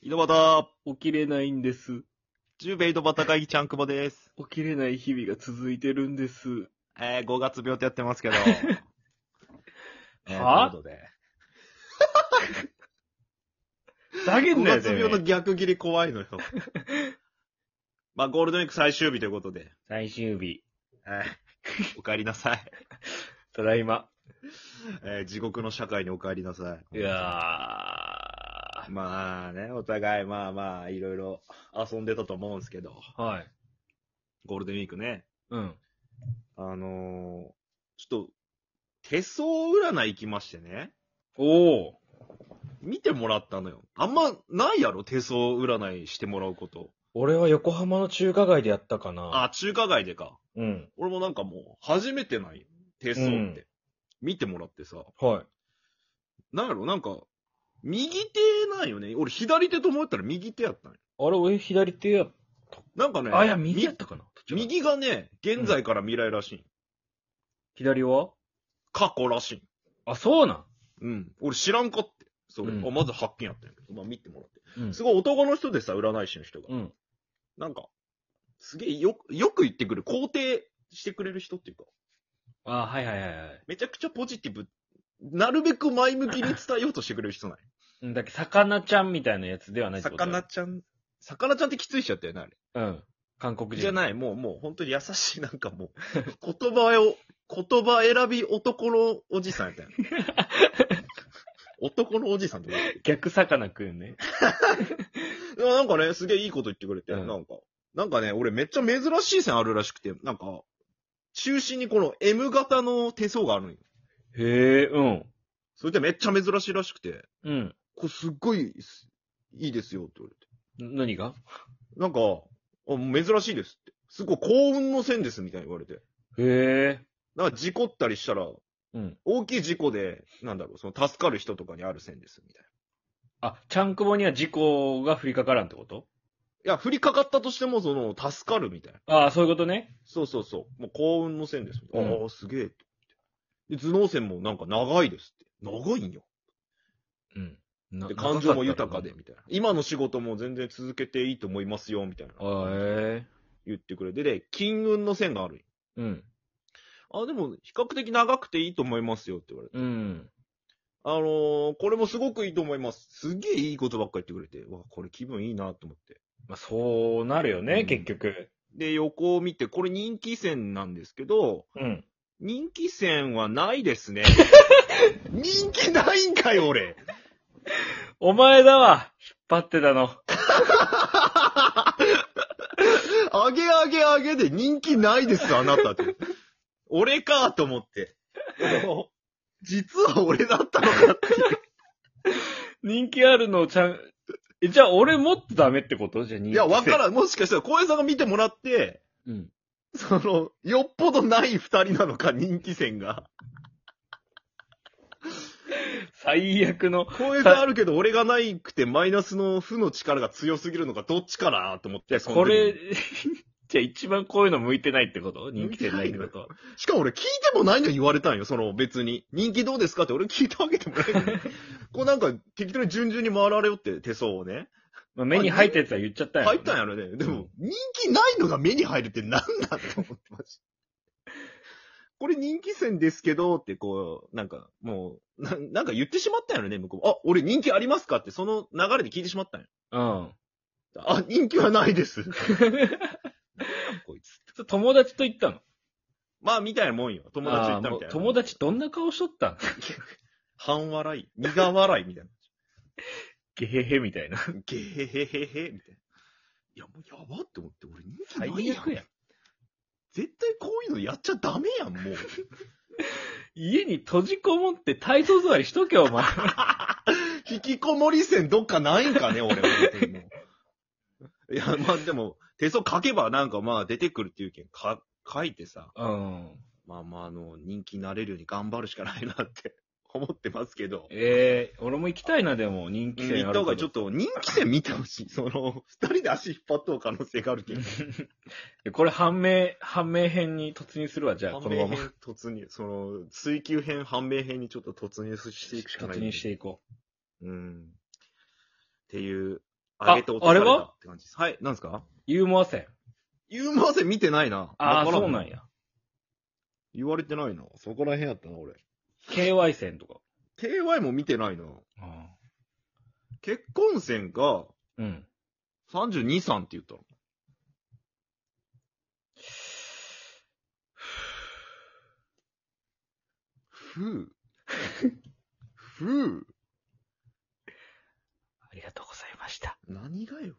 井戸端、起きれないんです。十兵衛井戸端会議ちゃんくぼです。起きれない日々が続いてるんです。えー、5月病ってやってますけど。えーはということでだけん5なよ、月病の逆切り怖いのよ。 まあ、ゴールデンウィーク最終日ということで。最終日。はいお帰りなさい。ただいま。えー地獄の社会にお帰りなさい。いやまあね、お互い、まあまあ、いろいろ遊んでたと思うんですけど、ー。はい。ゴールデンウィークね。うん。あのー、ちょっと、手相占い行きましてね。おー。見てもらったのよ。あんまないやろ手相占いしてもらうこと。俺は横浜の中華街でやったかな。あ、中華街でか。うん。俺もなんかもう、初めてない。手相って。うん見てもらってさ。はい。なんやろなんか、右手なんよね。俺左手と思ったら右手やったんよ。あれ、俺左手や。なんかね。あ、いや、右やっみたかな。右がね、現在から未来らしい。左は過去らしい。あ、そうなん。うん。俺知らんかって。それ、うんあまず発見やったんやけど。まあ見てもらって。うんすごい男の人でさ、占い師の人が。うん。なんか、すげえよ、よく言ってくる。肯定してくれる人っていうか。あ、はいはいはいはいめちゃくちゃポジティブ。なるべく前向きに伝えようとしてくれる人ない。うん。だっけ、魚ちゃんみたいなやつではないってこと魚ちゃん。魚ちゃんってきつい人やったよね、あれ。うん。韓国人。じゃい。ない、もう、もう、本当に優しい、なんかも う、言葉を、言葉選び男のおじさんやったよね。男のおじさんってこと逆魚くんね。いや、なんかね、すげえいいこと言ってくれて、うんなんか。なんかね、俺めっちゃ珍しい線あるらしくて、なんか、中心にこの M 型の手相があるのよ。へえ、うん。それってめっちゃ珍しいらしくて、うん。これすっごいす、いいですよって言われて。何がなんか、あもう珍しいですって。すごい幸運の線ですみたいに言われて。へえ。なんか事故ったりしたら、うん。大きい事故で、なんだろう、その助かる人とかにある線ですみたいな。あ、ちゃんくぼには事故が降りかからんってこといや、降りかかったとしても、その、助かるみたいな。ああ、そういうことね。そうそうそう。もう幸運の線です。ああうんー、すげえって。で、頭脳線もなんか長いですって。長いんよ。うん。なで、感情も豊かで、。みたいな。今の仕事も全然続けていいと思いますよ、みたいな。ああ、え言ってくれて。で、金運の線があるんよ。えうん。あ、でも、比較的長くていいと思いますよって言われて。うん。あのー、これもすごくいいと思います。すげえいいことばっかり言ってくれて。わ、これ気分いいなと思って。まあ、そうなるよね、うん結局。で、横を見て、これ人気線なんですけど、うん。人気線はないです ね。人気ないんかよ、俺。お前だわ引っ張ってたの。あげあげあげで人気ないです、あなたって。俺かと思って。実は俺だったのかって。人気あるのをちゃん、え、じゃあ俺もっとダメってことじゃあ人い気。や、わかん。らん。もしかしたら、小江さんが見てもらって、うん。その、よっぽどない二人なのか、人気線が。最悪の。小江さんあるけど、俺がないくて、マイナスの負の力が強すぎるのか、どっちかなと思って。その時これ、 じゃあ一番こういうの向いてないってこと人気店ないってことは。しかも俺聞いてもないのに言われたんよ、その別に。人気どうですかって俺聞いたわけでもないの に。こうなんか適当に順々に回られよって手相をね。まあ、目に入ったやつは言っちゃったよ、入ったんや。やろね。でも、人気ないのが目に入るって何なんだと思ってました。これ人気線ですけど、ってこう、なんか、もう、ななんか言ってしまったんやろね、向こう。あ、俺人気ありますかってその流れで聞いてしまったんや。うん。あ、人気は ないです。こいつ。それ友達と行ったのまあ、みたいなもんよ。友達と行ったみたいあーもうな。友達どんな顔しとったん 半笑い。苦笑いみたいな。ゲヘヘみたいな。 ゲヘヘヘヘ、みたいな。いや、もうやばって思って、俺人気ない最やん。悪やん。絶対こういうのやっちゃダメやん、もう。 家に閉じこもって体操座りしとけよ、 お前。引きこもり線どっかないんかね、俺は。本当にもういや、まあでも、手相書けばなんかまあ出てくるっていうけん、か、書いてさ、うん。まあまああの、人気になれるように頑張るしかないなって思ってますけど。ええ俺も行きたいな、でも、人気行店ったあ方るかがら。ちょっと。と人気線見てほ しい。その、二人で足引っ張っとう可能性があるけど。これ判明、判明編に突入するわ、じゃあ、こ判の明まま。編突入、その、追求編、判明編にちょっと突入していくしかない。突入していこう。うん。っていう、上げて落とされああれたはって感じです。はい、なんですかユーモア線。ユーモア性見てないな。あわあ、からそうなんや。言われてないな。そこら辺やったな、俺。 KY 線とか。 KY も見てないな。あ結婚戦がーうん。 32、3って言ったの。ふう。ふう。ありがとうございました。何がよ。